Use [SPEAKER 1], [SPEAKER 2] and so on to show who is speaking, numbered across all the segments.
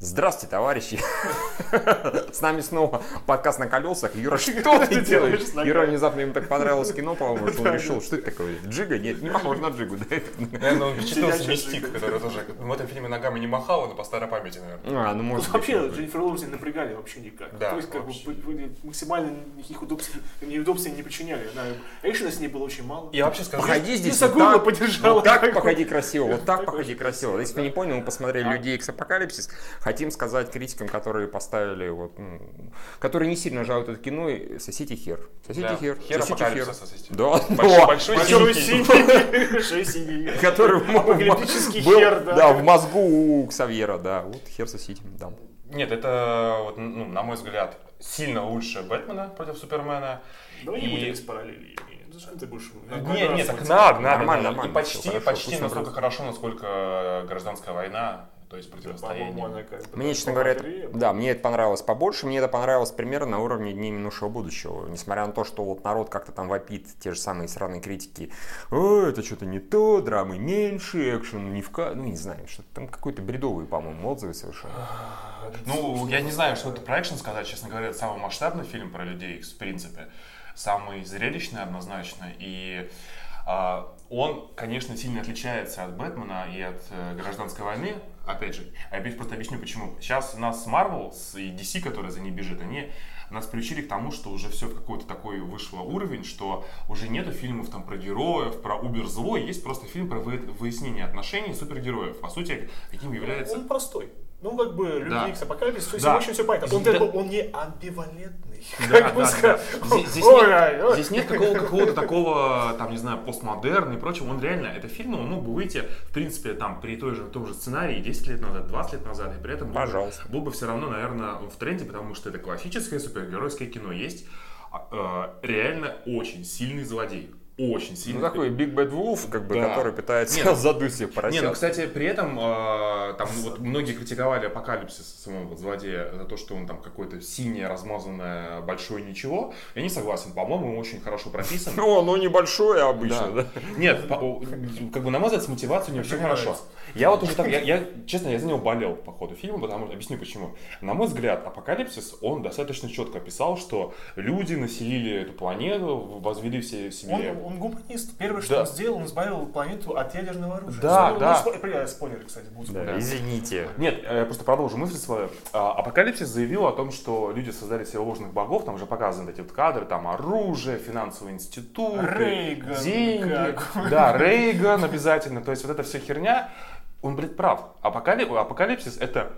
[SPEAKER 1] Здравствуйте, товарищи! С нами снова подкаст на колесах. Юра, что ты делаешь?
[SPEAKER 2] делаешь на
[SPEAKER 1] Юра
[SPEAKER 2] колесах?
[SPEAKER 1] внезапно ему так понравилось кино, по-моему, что он решил, что это такое? Джига? Нет, не похоже на джигу, да? это-
[SPEAKER 3] Наверное, он впечатлился
[SPEAKER 2] Сидячий
[SPEAKER 3] Мистик,
[SPEAKER 2] жигуль.
[SPEAKER 3] который тоже в этом фильме ногами не махал, но по старой памяти, наверное.
[SPEAKER 1] А, ну может быть.
[SPEAKER 2] Вообще, Дженнифер Лоуренс не напрягали вообще никак.
[SPEAKER 3] Да,
[SPEAKER 2] То есть, как бы,
[SPEAKER 3] вообще.
[SPEAKER 2] были максимально никаких удобств, неудобств ей не причиняли. Она, экшена с ней было очень мало.
[SPEAKER 3] Я вообще скажу,
[SPEAKER 1] Походи здесь,
[SPEAKER 2] за
[SPEAKER 1] вот
[SPEAKER 2] горло
[SPEAKER 1] так,
[SPEAKER 2] подержала.
[SPEAKER 1] вот так походи красиво, вот так походи
[SPEAKER 2] Очень
[SPEAKER 1] красиво. Если вы не поняли, мы посмотрели «Людей Икс Апокалипсис». Хотим сказать критикам, которые поставили, вот, м, которые не сильно жалуют это кино, и сосите хер. Сосите
[SPEAKER 3] Да.
[SPEAKER 1] хер,
[SPEAKER 3] Хер
[SPEAKER 1] сосите хер.
[SPEAKER 3] апокалипсиса сосите.
[SPEAKER 1] Да,
[SPEAKER 3] Большой-
[SPEAKER 1] да.
[SPEAKER 3] большой
[SPEAKER 1] Причем
[SPEAKER 3] синий.
[SPEAKER 2] Большой синий.
[SPEAKER 1] который в мо-
[SPEAKER 2] Апокалиптический
[SPEAKER 1] был-
[SPEAKER 2] хер, да.
[SPEAKER 1] в мозгу у Ксавьера, да. Вот хер сосите, да.
[SPEAKER 3] Нет, это, вот, ну, на мой взгляд, сильно лучше Бэтмена против Супермена.
[SPEAKER 2] Давай не
[SPEAKER 3] И-
[SPEAKER 2] будем без параллелей. Евгений. Зачем ты будешь?
[SPEAKER 3] Нет, нет,
[SPEAKER 2] Нормально.
[SPEAKER 3] так надо, надо.
[SPEAKER 1] Нормально,
[SPEAKER 3] надо.
[SPEAKER 1] нормально,
[SPEAKER 3] И
[SPEAKER 1] всё
[SPEAKER 3] почти,
[SPEAKER 1] хорошо,
[SPEAKER 3] почти
[SPEAKER 1] пусть
[SPEAKER 3] настолько
[SPEAKER 1] нравится.
[SPEAKER 3] хорошо, насколько гражданская война, то есть
[SPEAKER 2] По-моему, она
[SPEAKER 3] противостояние.
[SPEAKER 2] как бы
[SPEAKER 1] Мне, честно
[SPEAKER 2] была
[SPEAKER 1] говоря, это-
[SPEAKER 2] батарея.
[SPEAKER 1] да, мне это понравилось побольше. Мне это понравилось примерно на уровне Дней минувшего будущего. Несмотря на то, что вот народ как-то там вопит, те же самые сраные критики. О, это что-то не то, драмы меньше, экшен не в ка... Ну, не знаю, что-то там какой-то бредовый, по-моему, отзывы совершенно.
[SPEAKER 3] Ну, я не знаю, что это про экшен сказать, честно говоря, это самый масштабный фильм про людей, Икс, в принципе. Самый зрелищный однозначно. И а, он, конечно, сильно отличается от Бэтмена и от э, гражданской войны. Опять же, а я опять просто объясню почему. Сейчас нас Marvel с- и DC, которые за ней бежит, они нас приучили к тому, что уже все в какой-то такой вышло уровень, что уже нету фильмов там про героев, про убер зло, есть просто фильм про вы- выяснение отношений супергероев. По сути, каким является
[SPEAKER 2] Он простой. Ну, как бы,
[SPEAKER 3] Да.
[SPEAKER 2] люди Икс Апокалипсис, то есть
[SPEAKER 3] Да.
[SPEAKER 2] ему очень все понятно. Он
[SPEAKER 3] Да.
[SPEAKER 2] такой, он не амбивалентный.
[SPEAKER 3] Да,
[SPEAKER 2] Как бы
[SPEAKER 3] да,
[SPEAKER 2] сказать.
[SPEAKER 3] да. Здесь, здесь
[SPEAKER 2] Ой, ой,
[SPEAKER 3] нет,
[SPEAKER 2] ой.
[SPEAKER 3] здесь нет какого, какого-то такого, там, не знаю, постмодерна и прочего. Он реально, это фильм, он мог бы выйти, в принципе, там, при той же, том же сценарии 10 лет назад, 20 лет назад, и при этом был бы-
[SPEAKER 1] Пожалуйста.
[SPEAKER 3] был бы все равно, наверное, в тренде, потому что это классическое супергеройское кино. Есть а, э, реально очень сильный злодей. Очень сильный.
[SPEAKER 1] Ну, такой Биг Бэд Вулф, как бы,
[SPEAKER 3] Да.
[SPEAKER 1] который пытается
[SPEAKER 3] Нет.
[SPEAKER 1] задуть всех поросят.
[SPEAKER 3] Не, ну, кстати, при этом э, там ну, вот многие критиковали апокалипсис самого вот злодея за то, что он там какое-то синее, размазанное, большое ничего. Я не согласен, по-моему, он очень хорошо прописан.
[SPEAKER 1] О, ну небольшое обычно, да.
[SPEAKER 3] Да. Нет, по- о, как бы на мой взгляд, с мотивацией у него все
[SPEAKER 2] Мне
[SPEAKER 3] хорошо.
[SPEAKER 2] нравится.
[SPEAKER 3] Я вот уже так, я, я, честно, я за него болел по ходу фильма, потому что, объясню почему. На мой взгляд, апокалипсис, он достаточно четко описал, что люди населили эту планету, возвели все
[SPEAKER 2] Он,
[SPEAKER 3] себе...
[SPEAKER 2] он гуманист. Первое, что
[SPEAKER 3] Да.
[SPEAKER 2] он сделал, он избавил планету от ядерного оружия.
[SPEAKER 3] Да,
[SPEAKER 2] Ну,
[SPEAKER 3] да.
[SPEAKER 2] ну, спо- бля, спойлеры, кстати, будут.
[SPEAKER 1] Да,
[SPEAKER 2] спойлеры.
[SPEAKER 1] извините.
[SPEAKER 3] Нет, э, я просто продолжу мысль свою. А, Апокалипсис заявил о том, что люди создали себе ложных богов, там уже показаны эти вот кадры, там оружие, финансовые институты,
[SPEAKER 2] Рейган,
[SPEAKER 3] деньги.
[SPEAKER 2] как.
[SPEAKER 3] Да, Рейган обязательно. То есть вот эта вся херня, он, блядь, прав. Апокали- Апокалипсис это,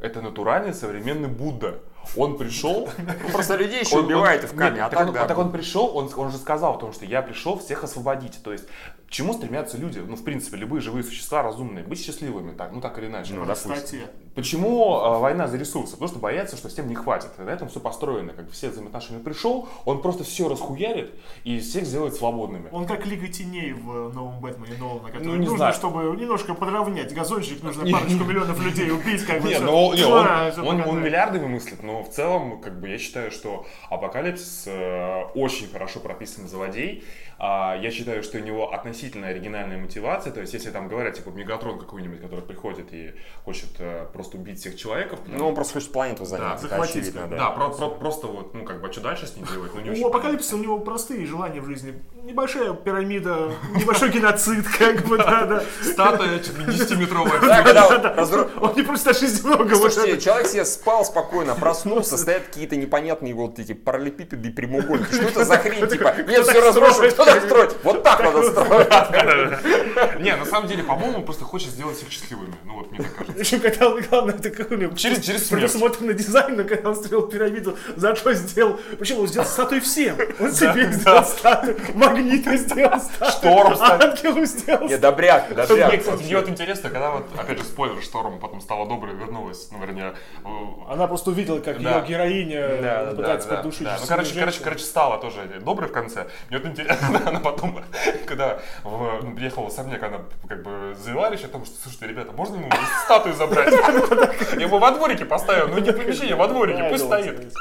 [SPEAKER 3] это натуральный современный Будда. Он пришел,
[SPEAKER 1] Ну, Просто людей еще
[SPEAKER 3] он-
[SPEAKER 1] убивает
[SPEAKER 3] он-
[SPEAKER 1] в камне,
[SPEAKER 3] нет,
[SPEAKER 1] а
[SPEAKER 3] так,
[SPEAKER 1] так
[SPEAKER 3] он,
[SPEAKER 1] да.
[SPEAKER 3] так он пришел, он, он же сказал о том, что я пришел всех освободить. То есть, к чему стремятся люди? Ну, в принципе, любые живые существа разумные, быть счастливыми, так, ну так или иначе.
[SPEAKER 1] Ну, допустим.
[SPEAKER 2] Кстати,
[SPEAKER 3] Почему э, война за ресурсы? Потому что боятся, что всем не хватит. И на этом все построено. Как бы все взаимоотношения пришел, он просто все расхуярит и всех сделает свободными.
[SPEAKER 2] он как Лига Теней в новом Бэтмене Нолана, который
[SPEAKER 3] Ну, не
[SPEAKER 2] нужно,
[SPEAKER 3] знаю.
[SPEAKER 2] чтобы немножко подровнять газончик, нужно
[SPEAKER 3] Не-
[SPEAKER 2] парочку миллионов людей убить, как бы.
[SPEAKER 3] Не,
[SPEAKER 2] всё.
[SPEAKER 3] ну, не,
[SPEAKER 2] Да,
[SPEAKER 3] он,
[SPEAKER 2] всё
[SPEAKER 3] он- он
[SPEAKER 2] показать.
[SPEAKER 3] миллиардами мыслит, но в целом, как бы, я считаю, что Апокалипсис э, очень хорошо прописан злодей. А, я считаю, что у него относительно оригинальная мотивация. То есть, если там говорят, типа, Мегатрон какой-нибудь, который приходит и хочет э, просто убить всех человеков,
[SPEAKER 1] Ну, он просто хочет планету
[SPEAKER 3] да,
[SPEAKER 1] занять, это
[SPEAKER 2] захватить,
[SPEAKER 1] очевидно,
[SPEAKER 3] да, про- про- просто вот, ну, как бы, а что дальше с ним делать? Ну, не очень
[SPEAKER 2] У апокалипсиса у него простые желания в жизни. Небольшая пирамида, небольшой геноцид, как бы, да, да.
[SPEAKER 3] Статуя типа, 10-метровая.
[SPEAKER 1] Да, когда он
[SPEAKER 2] Да-да.
[SPEAKER 1] разру-
[SPEAKER 2] Он не просто шестинога, вот
[SPEAKER 1] Слушайте,
[SPEAKER 2] это.
[SPEAKER 1] человек себе спал спокойно, проснулся, стоят какие-то непонятные вот эти параллепипеды и прямоугольники. Что это за хрень?
[SPEAKER 2] Это
[SPEAKER 1] Типа,
[SPEAKER 2] как-
[SPEAKER 1] нет,
[SPEAKER 2] кто
[SPEAKER 1] все
[SPEAKER 2] так
[SPEAKER 1] разрушено,
[SPEAKER 2] строит?
[SPEAKER 1] кто так строить? Вот так надо строить.
[SPEAKER 3] Не, на самом деле, по-моему, он просто хочет сделать всех счастливыми. Ну, вот мне так кажется.
[SPEAKER 2] Еще когда он, главное, это какой
[SPEAKER 3] Через, через смерть.
[SPEAKER 2] предусмотренный дизайн, но когда он строил пирамиду, зато сделал... Причем он сделал статуи всем. Он себе сделал
[SPEAKER 3] да.
[SPEAKER 2] статую, магниту сделал статую,
[SPEAKER 3] Шторм статую.
[SPEAKER 2] ангелу сделал
[SPEAKER 1] Не, добряк,
[SPEAKER 3] Мне,
[SPEAKER 1] добряк.
[SPEAKER 3] кстати, мне вот интересно, когда вот, опять же, спойлер, Шторм потом стала доброй, вернулась, ну, вернее, э,
[SPEAKER 2] Она просто увидела, как
[SPEAKER 3] Да.
[SPEAKER 2] ее героиня
[SPEAKER 1] Да, да,
[SPEAKER 2] э, пытается
[SPEAKER 3] да,
[SPEAKER 2] поддушить.
[SPEAKER 3] да. Ну,
[SPEAKER 2] свою
[SPEAKER 3] короче,
[SPEAKER 2] женщину.
[SPEAKER 3] короче, короче, стала тоже доброй в конце. Мне вот интересно, она потом, когда в, ну, приехала в особняк, она как бы завелась о том, что, слушайте, ребята, можно ему статую забрать? Я его во дворике поставил, ну не в помещение, а во дворике,
[SPEAKER 2] Да,
[SPEAKER 3] пусть
[SPEAKER 2] да,
[SPEAKER 3] стоит.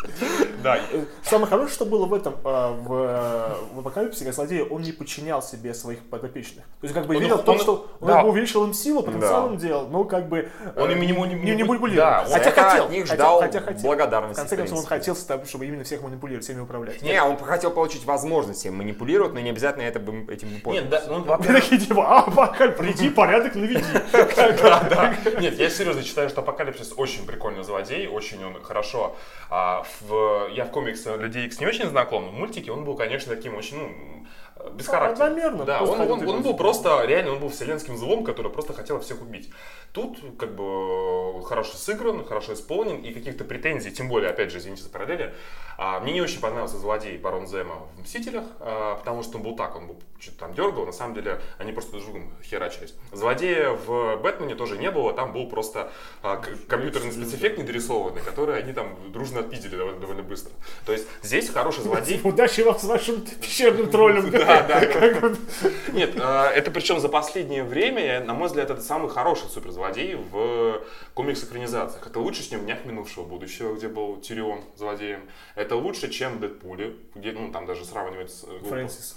[SPEAKER 3] Да.
[SPEAKER 2] Самое хорошее, что было в этом, а, в, а, в апокалипсисе, когда злодей, он не подчинял себе своих подопечных. То есть, как бы,
[SPEAKER 3] Он
[SPEAKER 2] верил
[SPEAKER 3] их-
[SPEAKER 2] в то,
[SPEAKER 3] он-
[SPEAKER 2] что он
[SPEAKER 3] да.
[SPEAKER 2] как бы увеличил им силу, потенциалом делал, но как бы...
[SPEAKER 3] Он
[SPEAKER 2] э,
[SPEAKER 3] ими не мани-
[SPEAKER 2] не,
[SPEAKER 3] не-
[SPEAKER 2] не
[SPEAKER 3] да,
[SPEAKER 2] манипулировал.
[SPEAKER 3] он-
[SPEAKER 2] хотя
[SPEAKER 1] это
[SPEAKER 2] хотел.
[SPEAKER 1] от них
[SPEAKER 2] хотя-
[SPEAKER 1] ждал
[SPEAKER 2] хотя хотел.
[SPEAKER 1] благодарности,
[SPEAKER 2] В конце
[SPEAKER 1] в
[SPEAKER 2] концов, он
[SPEAKER 1] принципе.
[SPEAKER 2] хотел, ста- чтобы именно всех манипулировать, всеми управлять.
[SPEAKER 1] Не, он хотел получить возможность им манипулировать, но не обязательно это бы, этим бы
[SPEAKER 3] Нет,
[SPEAKER 1] пользовался.
[SPEAKER 3] да, ну, во-первых,
[SPEAKER 2] Ты такие, типа, а, Бакаль, приди, порядок наведи.
[SPEAKER 3] Нет, я серьезно считаю, что Апокалипсис очень прикольный злодей, очень он хорошо. а, в, я в комиксах Людей Икс не очень знаком, но в мультике он был, конечно, таким очень, ну, без характера.
[SPEAKER 2] одномерно,
[SPEAKER 3] Да,
[SPEAKER 2] просто
[SPEAKER 3] он,
[SPEAKER 2] ходил
[SPEAKER 3] он-
[SPEAKER 2] и
[SPEAKER 3] он был
[SPEAKER 2] бродил.
[SPEAKER 3] просто, реально, он был вселенским злом, который просто хотел всех убить. Тут, как бы, хорошо сыгран, хорошо исполнен, и каких-то претензий, тем более, опять же, извините за параллели, а, мне не очень понравился злодей Барон Зема в «Мстителях», а, потому что он был так, он был что-то там дергал, на самом деле, они просто друг с другом херачились. Злодея в «Бэтмене» тоже не было, там был просто а, к- компьютерный спецэффект недорисованный, который они там дружно отпиздили довольно, довольно быстро. То есть здесь хороший злодей,
[SPEAKER 2] Удачи вам с вашим пещерным троллем.
[SPEAKER 3] да, да. Нет, э, это причем за последнее время, я- на мой взгляд, это самый хороший суперзлодей в комикс-экранизациях. Это лучше, чем «Днях минувшего будущего», где был Тирион злодеем. Это лучше, чем «Дэдпуле», где, ну, там даже сравнивать с... э, глупо.
[SPEAKER 2] Фрэнсис.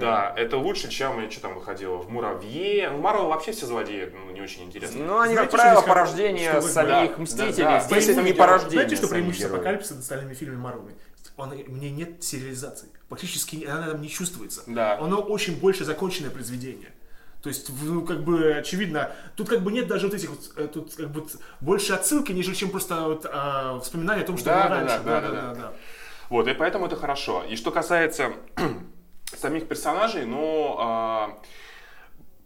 [SPEAKER 3] Да, это лучше, чем, что там выходило, в «Муравье». Ну, Марвел вообще все злодеи, ну, не очень интересно.
[SPEAKER 1] Ну, они,
[SPEAKER 4] Знаете,
[SPEAKER 1] как
[SPEAKER 4] что
[SPEAKER 1] правило,
[SPEAKER 4] здесь хор-
[SPEAKER 1] порождение
[SPEAKER 4] что вы-
[SPEAKER 1] самих
[SPEAKER 3] Да,
[SPEAKER 1] Мстителей.
[SPEAKER 3] да, да.
[SPEAKER 1] Здесь это не
[SPEAKER 3] Знаете,
[SPEAKER 1] порождение
[SPEAKER 4] Знаете, что
[SPEAKER 1] самих
[SPEAKER 4] преимущество
[SPEAKER 1] героев.
[SPEAKER 4] апокалипсиса над остальными фильмами Марвел? Он, мне нет сериализации. Практически не- она там не чувствуется.
[SPEAKER 3] Да.
[SPEAKER 4] Оно очень больше законченное произведение. То есть, в- ну, как бы, очевидно, тут как бы нет даже вот этих вот, э, тут как бы т- больше отсылки, нежели чем просто вот, а, вспоминание о том, что
[SPEAKER 3] Да,
[SPEAKER 4] было
[SPEAKER 3] да,
[SPEAKER 4] раньше.
[SPEAKER 3] да, да, да.
[SPEAKER 4] да.
[SPEAKER 3] Вот, и поэтому это хорошо. И что касается самих персонажей, ну, а,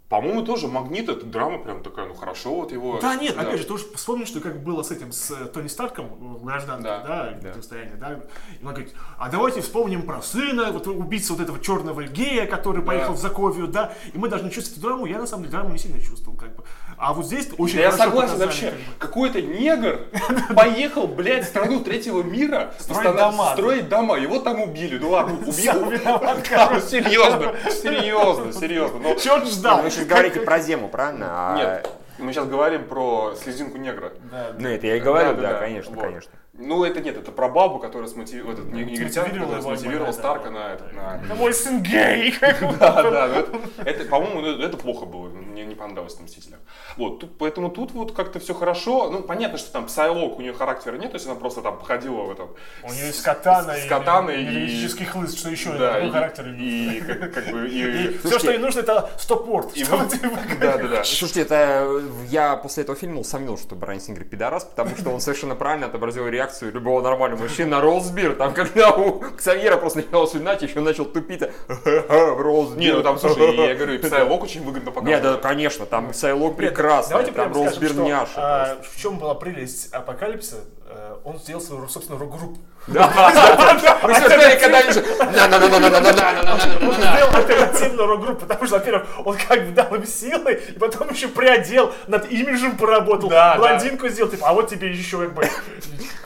[SPEAKER 3] по-моему, тоже «Магнит» — это драма прям такая, ну, хорошо вот его...
[SPEAKER 4] Да нет, опять же, ты уже вспомни, что как было с этим, с э, Тони Старком в гражданке,
[SPEAKER 3] Да,
[SPEAKER 4] да, противостояние, да. И он говорит, а давайте вспомним про сына, вот убийцу вот этого черного гея, который поехал в Заковию, да, и мы должны чувствовать драму, я на самом деле драму не сильно чувствовал, как бы. А вот здесь очень
[SPEAKER 3] Да я
[SPEAKER 4] хорошо
[SPEAKER 3] согласен
[SPEAKER 4] показали,
[SPEAKER 3] вообще.
[SPEAKER 4] как бы.
[SPEAKER 3] Какой-то негр поехал, блядь, в страну третьего мира
[SPEAKER 2] Строить
[SPEAKER 3] восстанов-
[SPEAKER 2] дома.
[SPEAKER 3] строить дома. Его там убили. Ну ладно,
[SPEAKER 2] Сам
[SPEAKER 3] убили.
[SPEAKER 2] виноват,
[SPEAKER 3] Да, ну, Серьезно, серьезно, серьезно. Но-
[SPEAKER 2] Черт
[SPEAKER 3] Ну,
[SPEAKER 2] ждал.
[SPEAKER 1] Вы сейчас говорите про Зему, правильно? А,
[SPEAKER 3] Нет, мы сейчас говорим про слезинку негра.
[SPEAKER 2] Да, да.
[SPEAKER 4] Типа,
[SPEAKER 1] Ну, это я и говорю, да,
[SPEAKER 3] Да-да-да,
[SPEAKER 1] конечно,
[SPEAKER 3] вот.
[SPEAKER 1] конечно.
[SPEAKER 3] Ну, это нет, это про бабу, которая смотивировала, этот не- негритянка,
[SPEAKER 2] Смотивировала
[SPEAKER 3] которая
[SPEAKER 2] его, да,
[SPEAKER 3] смотивировала Старка на этот, на...
[SPEAKER 2] Это мой сын гей.
[SPEAKER 3] Да, да, ну, это- это, по-моему, ну, это плохо было, мне не понравилось на «Мстителях». Вот, тут- поэтому тут вот как-то все хорошо, ну, понятно, что там псайлок, у нее характера нет, то есть она просто там походила в этом...
[SPEAKER 2] У нее есть катана
[SPEAKER 3] С
[SPEAKER 2] и
[SPEAKER 3] катаной и-
[SPEAKER 2] энергетический хлыст, что еще?
[SPEAKER 3] Да,
[SPEAKER 2] Какой
[SPEAKER 3] и-
[SPEAKER 2] характер имеет?
[SPEAKER 3] И как как бы...
[SPEAKER 2] И
[SPEAKER 3] и-
[SPEAKER 2] все, что ей нужно, это стопорт.
[SPEAKER 3] и
[SPEAKER 2] чтобы
[SPEAKER 3] вы-
[SPEAKER 2] ты выиграл.
[SPEAKER 3] Да, да, да.
[SPEAKER 1] Слушайте, это э, я после этого фильма усомнился, что Брайан Сингер пидорас, потому что он совершенно правильно отобразил реакцию любого нормального мужчины на Роллсбир. Там, когда у Ксавьера просто началось уйнать, еще начал тупить а, «Ха-ха, в Роллсбир.
[SPEAKER 3] Не, ну там, слушай, я говорю, и псайлок очень выгодно
[SPEAKER 1] Нет, да,
[SPEAKER 3] показывает.
[SPEAKER 1] конечно, там Сайлок
[SPEAKER 2] Нет,
[SPEAKER 1] прекрасно,
[SPEAKER 2] Давайте
[SPEAKER 1] там
[SPEAKER 2] прямо скажем,
[SPEAKER 1] Роллсбир
[SPEAKER 2] что,
[SPEAKER 1] няша.
[SPEAKER 2] а, в чем была прелесть апокалипсиса? Э, Он сделал свою собственную рок-группу.
[SPEAKER 1] Вы смотрели когда-нибудь? На-на-на-на-на-на-на-на-на-на-на.
[SPEAKER 2] Он сделал альтернативную рок-группу, потому что, во-первых, он как бы дал им силы, и потом еще приодел, над имиджем поработал,
[SPEAKER 3] Да, да.
[SPEAKER 2] блондинку сделал, типа, а вот тебе еще как бы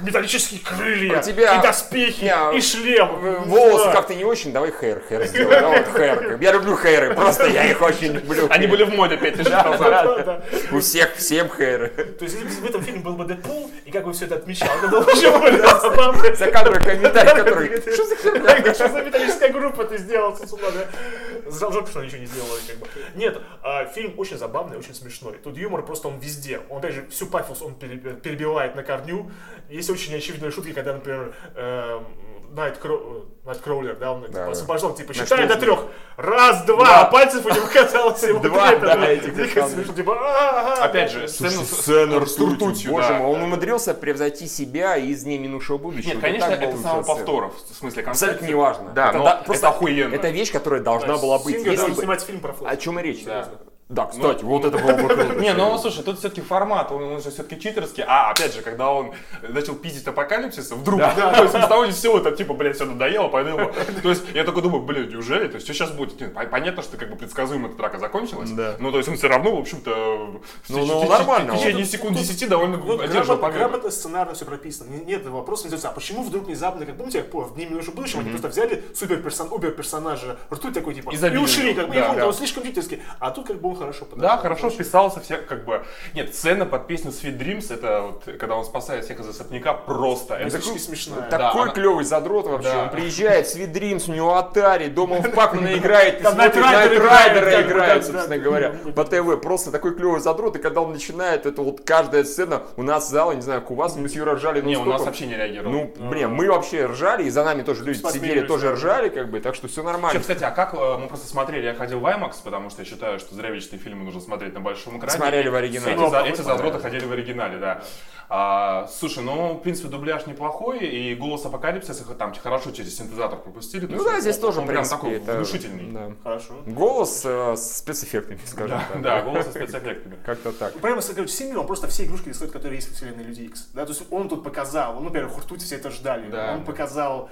[SPEAKER 2] металлические крылья,
[SPEAKER 1] У тебя-
[SPEAKER 2] и доспехи,
[SPEAKER 1] Не,
[SPEAKER 2] и
[SPEAKER 1] Э,
[SPEAKER 2] шлем.
[SPEAKER 1] Волосы
[SPEAKER 2] Да.
[SPEAKER 1] как-то не очень, давай хэр, хэр сделай. Да, вот хэр. Я люблю хэры, просто я их очень люблю.
[SPEAKER 3] Они были в моде опять, ты же сказал.
[SPEAKER 2] Да, да.
[SPEAKER 1] У всех, всем хэры.
[SPEAKER 2] То есть если бы в этом фильме был бы Дэдпул, и как бы все это отмечал, это было бы еще более забавно.
[SPEAKER 1] За кадром комментарий, который... «Что за херня?»
[SPEAKER 2] Что за металлическая группа ты сделал, Сусуна, да? Жалко, жалко, что они ничего не сделали, как бы. Нет, а, фильм очень забавный, очень смешной. Тут юмор просто он везде. Он даже всю пафос он пере- перебивает на корню. Есть очень очевидные шутки, когда, например, эм, Найт Кро- э, Найт Кроулер, да, он
[SPEAKER 1] Да,
[SPEAKER 2] типа,
[SPEAKER 1] да.
[SPEAKER 2] освобожден, типа,
[SPEAKER 1] Наш
[SPEAKER 2] считай до
[SPEAKER 1] Кроулер.
[SPEAKER 2] трех. Раз, два, а пальцев у него казалось его
[SPEAKER 1] Два, да, этих самых.
[SPEAKER 2] смешно, типа, «А-а-а».
[SPEAKER 3] Опять же, сцену с- с ртутью,
[SPEAKER 1] Боже
[SPEAKER 3] да,
[SPEAKER 1] мой, он
[SPEAKER 3] да.
[SPEAKER 1] умудрился превзойти себя из дней минувшего будущего.
[SPEAKER 3] Нет,
[SPEAKER 1] Вот
[SPEAKER 3] конечно,
[SPEAKER 1] так был
[SPEAKER 3] это
[SPEAKER 1] он
[SPEAKER 3] самого
[SPEAKER 1] сейчас.
[SPEAKER 3] повторов, в
[SPEAKER 1] Абсолютно
[SPEAKER 3] смысле концепции.
[SPEAKER 1] неважно.
[SPEAKER 3] Да,
[SPEAKER 1] это,
[SPEAKER 3] но
[SPEAKER 1] да,
[SPEAKER 3] просто охуенно.
[SPEAKER 1] это вещь, которая должна была быть.
[SPEAKER 2] Сингер
[SPEAKER 1] Если
[SPEAKER 2] должен
[SPEAKER 1] бы- типа, а
[SPEAKER 2] снимать фильм про флот.
[SPEAKER 1] О чем и речь?
[SPEAKER 3] Да.
[SPEAKER 1] Да, кстати, вот это было бы круто.
[SPEAKER 3] Не, ну слушай, тут все-таки формат, он, он же все-таки читерский. А, опять же, когда он начал пиздить апокалипсис, вдруг, то есть ни с того ни с сего, там, типа, блядь, все надоело, поэтому... То есть я только думаю, блядь, неужели? То есть что сейчас будет? Нет, пон- понятно, что как бы предсказуемо эта драка закончилась.
[SPEAKER 1] Да.
[SPEAKER 3] Ну, то есть он все равно, в общем-то, в
[SPEAKER 1] Ну,
[SPEAKER 3] теч-
[SPEAKER 1] ну,
[SPEAKER 3] в теч-
[SPEAKER 1] нормально.
[SPEAKER 3] В течение
[SPEAKER 2] Тут-
[SPEAKER 3] секунд
[SPEAKER 2] тут-
[SPEAKER 3] 10 довольно
[SPEAKER 2] Ну,
[SPEAKER 3] одерживал
[SPEAKER 2] грамотно,
[SPEAKER 3] победу.
[SPEAKER 2] грамотно сценарно все прописано. Не- Нет вопроса не задается. А почему вдруг внезапно, как помните, как по в дни минувшего будущего, они просто взяли супер персонажа, ртуть такой типа,
[SPEAKER 3] И
[SPEAKER 2] и,
[SPEAKER 3] забили
[SPEAKER 2] ушли,
[SPEAKER 3] его.
[SPEAKER 2] как бы,
[SPEAKER 3] Да,
[SPEAKER 2] и он,
[SPEAKER 3] да.
[SPEAKER 2] он слишком читерский. А тут как бы он хорошо подошел.
[SPEAKER 3] Да, хорошо вписался все, как бы... Нет, сцена под песню Sweet Dreams, это вот, когда он спасает всех из особняка, просто... Это
[SPEAKER 2] Музычки смешная.
[SPEAKER 3] Да,
[SPEAKER 1] Такой
[SPEAKER 3] она-
[SPEAKER 1] клевый задрот вообще.
[SPEAKER 3] Да.
[SPEAKER 1] Он приезжает, Sweet Dreams, у него Atari, дома он в Пакмана играет, и
[SPEAKER 2] Да,
[SPEAKER 1] смотрит,
[SPEAKER 2] Knight Rider
[SPEAKER 1] Knight
[SPEAKER 2] играет,
[SPEAKER 1] Rider
[SPEAKER 2] как бы,
[SPEAKER 1] играет,
[SPEAKER 2] да,
[SPEAKER 1] собственно
[SPEAKER 2] да.
[SPEAKER 1] говоря, по ТВ. Просто такой клевый задрот, и когда он начинает, это вот каждая сцена, у нас зал, я не знаю, как у вас, мы с Юрой ржали. ну,
[SPEAKER 3] Не, у нас
[SPEAKER 1] сколько?
[SPEAKER 3] вообще а. не реагировал.
[SPEAKER 1] Ну, блин, мы вообще ржали, и за нами тоже люди
[SPEAKER 2] Спортсмены
[SPEAKER 1] сидели, тоже
[SPEAKER 2] ржали.
[SPEAKER 1] ржали, как бы, так что все
[SPEAKER 3] Вообще,
[SPEAKER 1] нормально.
[SPEAKER 3] кстати, а как э, мы просто смотрели, я ходил в IMAX, потому что я считаю, что зрелищные фильмы нужно смотреть на большом экране.
[SPEAKER 1] Смотрели в оригинале.
[SPEAKER 3] Эти, за-
[SPEAKER 1] Ну,
[SPEAKER 3] эти задроты ходили в оригинале, да. А, слушай, ну, в принципе, дубляж неплохой, и голос апокалипсиса их там хорошо через синтезатор пропустили. то
[SPEAKER 1] Ну
[SPEAKER 3] есть
[SPEAKER 1] да,
[SPEAKER 3] он-
[SPEAKER 1] здесь тоже,
[SPEAKER 3] он
[SPEAKER 1] в
[SPEAKER 3] прям
[SPEAKER 1] принципе,
[SPEAKER 3] такой
[SPEAKER 1] это-
[SPEAKER 3] внушительный.
[SPEAKER 1] да.
[SPEAKER 2] Хорошо.
[SPEAKER 1] Голос э, с спецэффектами, скажем
[SPEAKER 3] Да,
[SPEAKER 1] так.
[SPEAKER 3] да, голос со спецэффектами.
[SPEAKER 1] Как-то так.
[SPEAKER 2] Прямо сказать, в фильме он просто все игрушки рисует, которые есть в вселенной Люди Икс. Да, то есть он тут показал, ну, например, Хуртуть все это ждали.
[SPEAKER 3] Да.
[SPEAKER 2] Он показал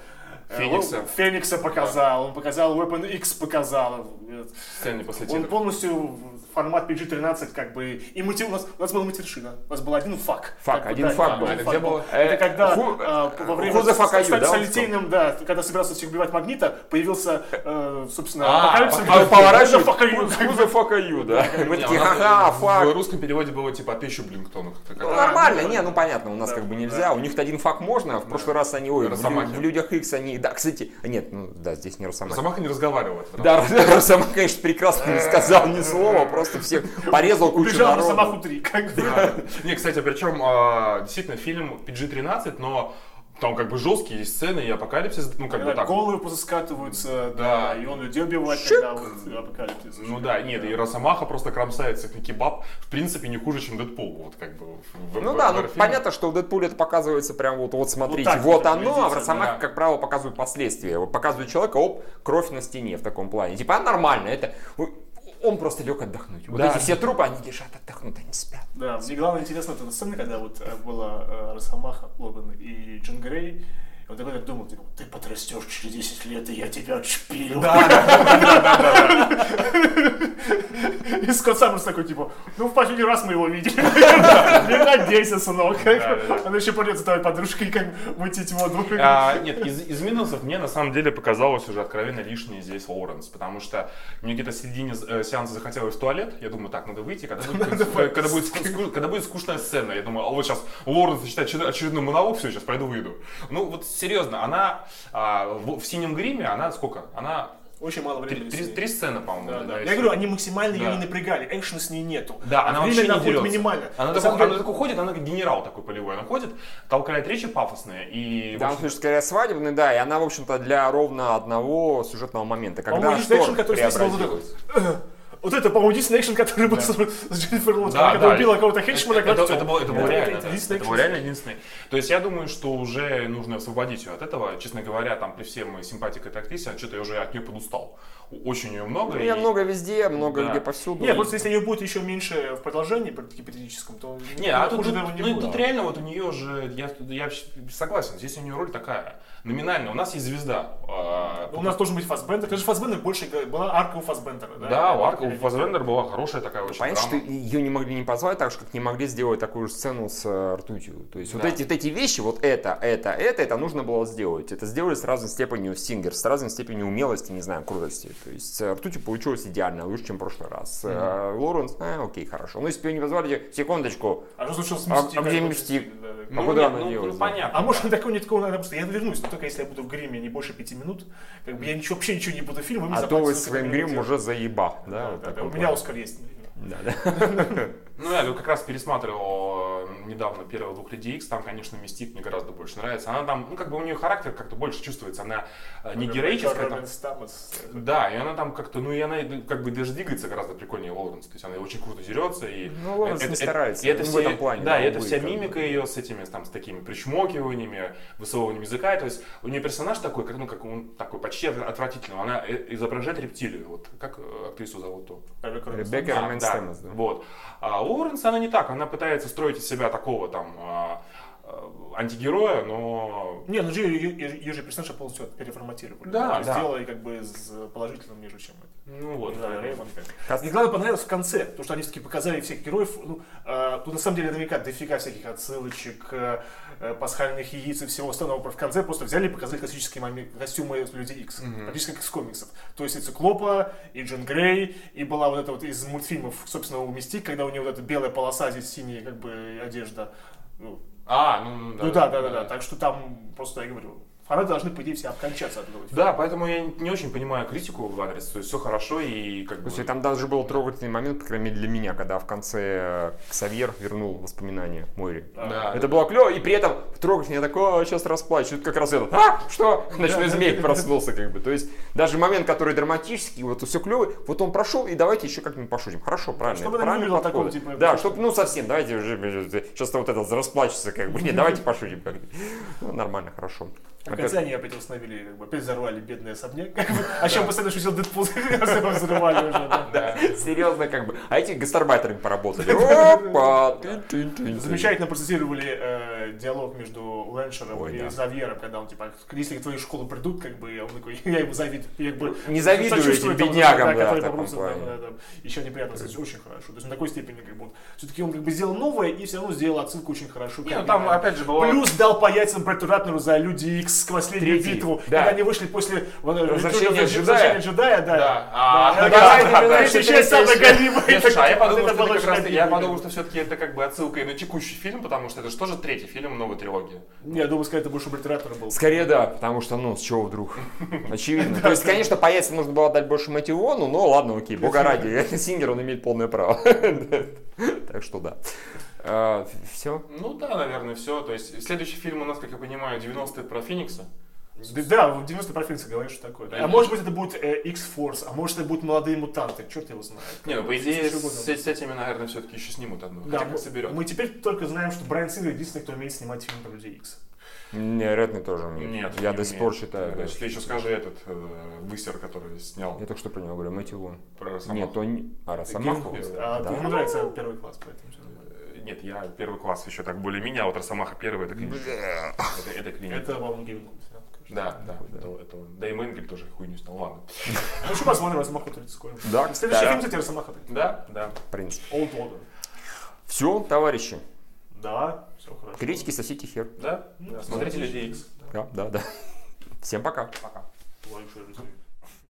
[SPEAKER 2] э,
[SPEAKER 3] Феникса.
[SPEAKER 2] Ло- Феникса показал, он показал Weapon X показал. э,
[SPEAKER 3] Сцены после
[SPEAKER 2] Он
[SPEAKER 1] Типа-
[SPEAKER 3] титров.
[SPEAKER 2] полностью формат PG-13 как бы... И мотив, у, нас, у нас была мотившина. У нас был один фак.
[SPEAKER 1] Фак,
[SPEAKER 2] Как бы,
[SPEAKER 1] один
[SPEAKER 2] да,
[SPEAKER 1] фак
[SPEAKER 2] один
[SPEAKER 1] был.
[SPEAKER 3] А это где было?
[SPEAKER 2] Это
[SPEAKER 1] Э,
[SPEAKER 2] когда
[SPEAKER 1] Ху-
[SPEAKER 2] а, во время
[SPEAKER 1] Who the fuck are you,
[SPEAKER 2] стать
[SPEAKER 1] да, он
[SPEAKER 2] солитейным, да, когда собирался всех убивать Магнита, появился, э, собственно,
[SPEAKER 3] А,
[SPEAKER 2] апокалипсис.
[SPEAKER 1] А
[SPEAKER 2] Who the fuck are you?
[SPEAKER 1] поворачивают, who the fuck are you, да? Мы
[SPEAKER 3] Не,
[SPEAKER 1] такие,
[SPEAKER 3] у нас
[SPEAKER 1] ха-ха,
[SPEAKER 3] В
[SPEAKER 1] фак.
[SPEAKER 3] русском переводе было типа тысячу блинктонов.
[SPEAKER 1] Ну, нормально,
[SPEAKER 2] ну,
[SPEAKER 1] не, ну понятно, у нас
[SPEAKER 2] да,
[SPEAKER 1] как бы нельзя, у них-то один фак можно, а в прошлый раз они, ой, в
[SPEAKER 3] Росомахи.
[SPEAKER 1] лю- в Людях Икс они, да, кстати, нет, ну да, здесь не Росомаха.
[SPEAKER 3] Самаха не разговаривала.
[SPEAKER 1] Да, Росомаха, конечно, прекрасно не сказал ни слова, просто всех порезал кучу
[SPEAKER 2] Убежал на
[SPEAKER 1] народу.
[SPEAKER 2] самаху 3. Как бы.
[SPEAKER 3] Не, кстати, причем а, действительно фильм PG-13, но там как бы жесткие сцены и апокалипсис, ну как бы
[SPEAKER 2] Когда
[SPEAKER 3] так.
[SPEAKER 2] головы просто скатываются,
[SPEAKER 3] Да.
[SPEAKER 2] да, и он людей убивает,
[SPEAKER 1] Шик.
[SPEAKER 2] когда вот апокалипсис.
[SPEAKER 3] Ну да, нет, и Росомаха просто кромсает всех на кебаб, в принципе, не хуже, чем Дэдпул, вот как бы. в-
[SPEAKER 1] Ну
[SPEAKER 3] в-
[SPEAKER 1] да,
[SPEAKER 3] в
[SPEAKER 1] ну
[SPEAKER 3] фильме.
[SPEAKER 1] понятно, что у Дэдпуля это показывается прям вот, вот смотрите,
[SPEAKER 2] Вот так
[SPEAKER 1] вот
[SPEAKER 2] вот,
[SPEAKER 1] оно, а в
[SPEAKER 2] видите,
[SPEAKER 1] Росомахе,
[SPEAKER 3] да.
[SPEAKER 1] как правило, показывают последствия. Вот показывают человека, оп, кровь на стене в таком плане. Типа, а нормально, это... Он просто лег отдохнуть. Вот
[SPEAKER 3] Да.
[SPEAKER 1] эти все трупы, они лежат, отдохнут, они спят.
[SPEAKER 2] Да, мне главное интересно вот эта сцена, когда вот э, была э, Росомаха, Логан и Джин Грей, и он такой так думал, типа, ты подрастешь через 10 лет, и я тебя отшпилю. И Скотт Саммерс такой, типа, ну в последний раз мы его видели. Не надейся, сынок. Она еще придет за твоей подружкой, как мутить воду.
[SPEAKER 3] А, нет, из, из минусов мне на самом деле показалось уже откровенно лишнее здесь Лоуренс, потому что мне где-то в середине э, сеанса захотелось в туалет, я думаю, так, надо выйти, когда будет, э, когда будет, ску- ску- когда будет скучная сцена, я думаю, а вот сейчас Лоуренс зачитает очер- очередной монолог, все, сейчас пойду выйду. Ну вот серьезно, она а, в, в синем гриме, она сколько? Она
[SPEAKER 2] Очень мало
[SPEAKER 3] три,
[SPEAKER 2] времени.
[SPEAKER 3] три-
[SPEAKER 2] с ней.
[SPEAKER 3] три сцены, по-моему.
[SPEAKER 2] Да,
[SPEAKER 3] да,
[SPEAKER 2] да.
[SPEAKER 3] если-
[SPEAKER 2] Я говорю, они максимально ее
[SPEAKER 3] Да.
[SPEAKER 2] не напрягали, экшена с ней нету.
[SPEAKER 3] Да, она
[SPEAKER 2] Время
[SPEAKER 3] вообще не
[SPEAKER 2] находит
[SPEAKER 3] дерется.
[SPEAKER 2] минимально.
[SPEAKER 3] Она,
[SPEAKER 2] На
[SPEAKER 3] так,
[SPEAKER 2] самом деле-
[SPEAKER 3] она так уходит, она как генерал такой полевой. Она ходит, толкает речи пафосные и... в
[SPEAKER 1] Да, он,
[SPEAKER 3] общем,
[SPEAKER 1] слушай, скорее свадебный, да, и она, в общем-то, для ровно одного сюжетного момента, когда
[SPEAKER 2] По-моему, есть экшен,
[SPEAKER 1] Штор
[SPEAKER 2] который здесь был вот такой.
[SPEAKER 1] преобразилась.
[SPEAKER 2] Вот это, по-моему, единственный экшен, который был с с Дженнифер Лоуренс,
[SPEAKER 3] Да,
[SPEAKER 2] когда
[SPEAKER 3] да.
[SPEAKER 2] убила кого-то хедшмана,
[SPEAKER 3] Это,
[SPEAKER 2] когда
[SPEAKER 3] это, было, это было реально. да.
[SPEAKER 2] единственный
[SPEAKER 3] Это был
[SPEAKER 2] экшен.
[SPEAKER 3] реально единственный. То есть я думаю, что уже нужно освободить ее от этого. Честно говоря, там при всей моей симпатии к этой актрисе, что-то я уже от нее подустал. У- Очень ее много.
[SPEAKER 1] Ну, я
[SPEAKER 3] и-
[SPEAKER 1] много везде, много
[SPEAKER 3] Да.
[SPEAKER 1] где повсюду.
[SPEAKER 2] Нет, просто если ее будет еще меньше в продолжении, при- гипотетическом, то
[SPEAKER 3] Не, а тут,
[SPEAKER 2] хуже,
[SPEAKER 3] тут-
[SPEAKER 2] наверное, не
[SPEAKER 3] ну,
[SPEAKER 2] будет.
[SPEAKER 3] тут реально вот у нее же, я, я вообще согласен, здесь у нее роль такая. Номинально, у нас есть звезда. а,
[SPEAKER 2] У нас должен быть Фасбендер. Конечно, Фасбендер больше играет. была арка у Фасбендера. Да,
[SPEAKER 3] Да, у Арка, у Фассбендера была хорошая такая очень
[SPEAKER 1] Понятно, что
[SPEAKER 3] драма.
[SPEAKER 1] ее не могли не позвать, так же, как не могли сделать такую же сцену с э, ртутью. То есть вот,
[SPEAKER 3] Да.
[SPEAKER 1] эти, вот эти вещи, вот это, это, это, это нужно было сделать. Это сделали с разной степенью Сингер, с разной степенью умелости, не знаю, крутости. То есть с э, ртутью получилось идеально, лучше, чем в прошлый раз. С, э, Лоуренс, а, окей, хорошо. Ну, если бы ее не позвали, секундочку,
[SPEAKER 2] А что случилось с
[SPEAKER 1] А-
[SPEAKER 2] Мистик?
[SPEAKER 1] а где Мистик? а
[SPEAKER 3] Ну,
[SPEAKER 1] куда она делась? да?
[SPEAKER 2] А может, он такой нет такого, надо просто я вернусь, но только если я буду в гриме не больше пяти минут, как бы я ничего, вообще ничего Ну, не буду фильм, вы мне
[SPEAKER 1] А то
[SPEAKER 2] заплатите
[SPEAKER 1] вы
[SPEAKER 2] столько
[SPEAKER 1] своим
[SPEAKER 2] миллионов
[SPEAKER 1] гримом
[SPEAKER 2] денег.
[SPEAKER 1] уже заеба. Да,
[SPEAKER 2] Да,
[SPEAKER 1] вот
[SPEAKER 2] да,
[SPEAKER 1] так
[SPEAKER 2] да, У
[SPEAKER 1] вот.
[SPEAKER 2] меня Оскар есть.
[SPEAKER 1] Да, да.
[SPEAKER 3] Ну, я как раз пересматривал э, недавно первых двух Людей Икс, там, конечно, Мистик мне гораздо больше нравится. Она там, ну, как бы у нее характер как-то больше чувствуется, она э, не героическая. там.
[SPEAKER 2] Робин Стаммос.
[SPEAKER 3] Да, и она там как-то, ну, и она и как бы даже двигается гораздо прикольнее Лоуренс. То есть она очень круто дерется. И
[SPEAKER 1] Ну, Лоуренс не старается,
[SPEAKER 3] и это
[SPEAKER 1] ну, в
[SPEAKER 3] все-
[SPEAKER 1] этом плане,
[SPEAKER 3] Да,
[SPEAKER 1] да,
[SPEAKER 3] и это
[SPEAKER 1] увы,
[SPEAKER 3] вся
[SPEAKER 1] как бы.
[SPEAKER 3] мимика ее с этими, там, с такими причмокиваниями, высовыванием языка. То есть у нее персонаж такой, как, ну, как он такой почти отвратительный. Она э, изображает рептилию. Вот как э, актрису зовут то?
[SPEAKER 2] Ребекка Робин
[SPEAKER 1] Ребекка
[SPEAKER 3] Да,
[SPEAKER 1] Ромэн
[SPEAKER 3] да,
[SPEAKER 1] Стэммос, да.
[SPEAKER 3] Вот. А у Лоуренс она не так, она пытается строить из себя такого там а, а, антигероя, но...
[SPEAKER 2] Не, ну Джей Ю- Ю- Южий персонажа полностью переформатировали.
[SPEAKER 3] Да,
[SPEAKER 2] И
[SPEAKER 3] да.
[SPEAKER 2] Сделали как бы с положительным ниже, чем это.
[SPEAKER 3] Ну вот,
[SPEAKER 2] Да,
[SPEAKER 3] наверное.
[SPEAKER 2] Реймон как бы.
[SPEAKER 1] Кас-
[SPEAKER 2] Мне главное понравилось в конце, потому что они все-таки показали всех героев. Ну, э, тут на самом деле наверняка дофига всяких отсылочек, э, э, пасхальных яиц и всего остального. В конце просто взяли и показали классические момен- костюмы Людей Икс, практически как из комиксов. То есть и Циклопа, и Джин Грей, и была вот эта вот из мультфильмов, собственно, у Мистик, когда у него вот эта белая полоса, здесь синяя как бы одежда. Ну,
[SPEAKER 3] А, ну да.
[SPEAKER 2] ну да, да, да, да. Так что там просто, я говорю, фанаты должны, по идее, все обкончаться от этого фильма.
[SPEAKER 3] Да, поэтому я не очень понимаю критику в адрес. То есть все хорошо и как бы...
[SPEAKER 1] Слушай, там даже был трогательный момент, по крайней мере, для меня, когда в конце э, Ксавьер вернул воспоминания Мори.
[SPEAKER 2] А,
[SPEAKER 3] Да.
[SPEAKER 1] Это было клево, и при этом трогательно, я такой, «А, сейчас расплачу. Это как раз этот, а, что? Ночной змей проснулся, как бы. То есть, даже момент, который драматический, вот все клевый, вот он прошел, и давайте еще как-нибудь пошутим. Хорошо, правильно.
[SPEAKER 2] Чтобы она
[SPEAKER 1] правильный
[SPEAKER 2] не выглядела
[SPEAKER 1] подход.
[SPEAKER 2] такого, типа,
[SPEAKER 1] Да, чтобы, ну, совсем, давайте уже, сейчас вот этот расплачется, как бы. Нет, давайте пошутим, как бы. Ну, нормально, хорошо.
[SPEAKER 2] В А конце они опять восстановили, как бы, опять взорвали бедный особняк. как бы. А чем постоянно шутил Дэдпул, взрывали уже. да.
[SPEAKER 3] Да.
[SPEAKER 1] Серьезно, как бы. А эти гастарбайтерами поработали. Опа! Тын-тын-тын-тын.
[SPEAKER 2] Замечательно процитировали э, диалог между Лэншером
[SPEAKER 1] Ой,
[SPEAKER 2] и
[SPEAKER 1] да.
[SPEAKER 2] Завьером, когда он типа, если к твоей школу придут, как бы, и он такой, я ему завидую. я как бы
[SPEAKER 1] Не завидую
[SPEAKER 2] сочувствую
[SPEAKER 1] этим
[SPEAKER 2] тому,
[SPEAKER 1] беднягам, да,
[SPEAKER 2] которые
[SPEAKER 1] в таком
[SPEAKER 2] попрутся,
[SPEAKER 1] плане.
[SPEAKER 2] да, да, да. Еще неприятно, кстати, очень хорошо. То есть на такой степени, как бы, он все-таки он как бы сделал новое и все равно сделал отсылку очень хорошо.
[SPEAKER 3] Не,
[SPEAKER 2] как
[SPEAKER 3] ну
[SPEAKER 2] бы,
[SPEAKER 3] там
[SPEAKER 2] да.
[SPEAKER 3] опять же было...
[SPEAKER 2] Плюс дал по яйцам Брэду Ратнеру за Люди Икс последнюю
[SPEAKER 1] Третий,
[SPEAKER 2] битву.
[SPEAKER 1] да.
[SPEAKER 2] Когда они вышли после вот, э,
[SPEAKER 1] Возвращения
[SPEAKER 2] «Ретроград-
[SPEAKER 1] джедая».
[SPEAKER 2] возвращения джедая, да.
[SPEAKER 3] Да. А,
[SPEAKER 2] Да,
[SPEAKER 3] да,
[SPEAKER 2] да,
[SPEAKER 3] да,
[SPEAKER 2] да,
[SPEAKER 3] да,
[SPEAKER 2] да,
[SPEAKER 3] да.
[SPEAKER 2] Третья часть самая голимая.
[SPEAKER 3] Нет, слушай, а я подумал,
[SPEAKER 2] Вот
[SPEAKER 3] что это
[SPEAKER 2] было
[SPEAKER 3] как раз-
[SPEAKER 2] очень
[SPEAKER 3] я
[SPEAKER 2] обидно.
[SPEAKER 3] подумал, что все-таки это как бы отсылка и на текущий фильм, потому что это же тоже третий фильм новой трилогии.
[SPEAKER 2] Не, Я думаю, скорее это больше у Брэда Ратнера был.
[SPEAKER 1] Скорее да, потому что, ну, с чего вдруг? Очевидно. То есть, конечно, по яйцам нужно было отдать больше Матиону, но ладно, окей, бога ради, Сингер, он имеет полное право. Да. Так что А, да. Все.
[SPEAKER 3] Ну да, наверное, все. То есть следующий фильм у нас, как я понимаю, 90-е про Феникса.
[SPEAKER 2] Да, да, в 90 профессии говоришь, что такое.
[SPEAKER 3] Да,
[SPEAKER 2] а может быть это будет э, X-Force, а может это будут молодые мутанты, черт его знает.
[SPEAKER 3] Не, ну по идее
[SPEAKER 2] С чего
[SPEAKER 3] с, с этими, наверное, все-таки еще снимут одну.
[SPEAKER 2] Да,
[SPEAKER 3] Хотя как
[SPEAKER 2] мы,
[SPEAKER 3] соберет.
[SPEAKER 2] мы теперь только знаем, что Брайан Сингер единственный, кто умеет снимать фильм про людей X.
[SPEAKER 1] Не, Редный тоже умеет.
[SPEAKER 3] Нет,
[SPEAKER 1] Я
[SPEAKER 3] не
[SPEAKER 1] до
[SPEAKER 3] умеет.
[SPEAKER 1] сих пор считаю. да.
[SPEAKER 3] Значит, ты еще скажи этот э, высер, который снял
[SPEAKER 1] Я только что про него говорю, Матион.
[SPEAKER 3] про
[SPEAKER 1] Нет,
[SPEAKER 3] Росомаху.
[SPEAKER 1] он... А, Росомаху?
[SPEAKER 3] Геймс,
[SPEAKER 2] А
[SPEAKER 1] Да.
[SPEAKER 2] ему нравится первый класс, поэтому всё нормально.
[SPEAKER 3] Э, Нет, я первый класс еще так более-менее, а вот Росомаха первый, это кринж. Это, это кринж.
[SPEAKER 2] Это, по-моему, Гейм снял, конечно.
[SPEAKER 3] Да, да, это, это он. Да и Мэнгель тоже хуйню снял, ладно.
[SPEAKER 2] Ну что посмотрим, Росомаху 30 скоро.
[SPEAKER 1] Да,
[SPEAKER 2] Следующий
[SPEAKER 1] да.
[SPEAKER 2] фильм, кстати, Росомаха 30.
[SPEAKER 3] Да, да.
[SPEAKER 1] В принципе.
[SPEAKER 2] Old Order.
[SPEAKER 1] Все, товарищи.
[SPEAKER 2] Да, все хорошо. Ну,
[SPEAKER 1] Критики сосите хер.
[SPEAKER 3] Да? Смотрите Людей Икс.
[SPEAKER 1] Да, да, да. Всем пока.
[SPEAKER 2] Лайк, шер, ресурс.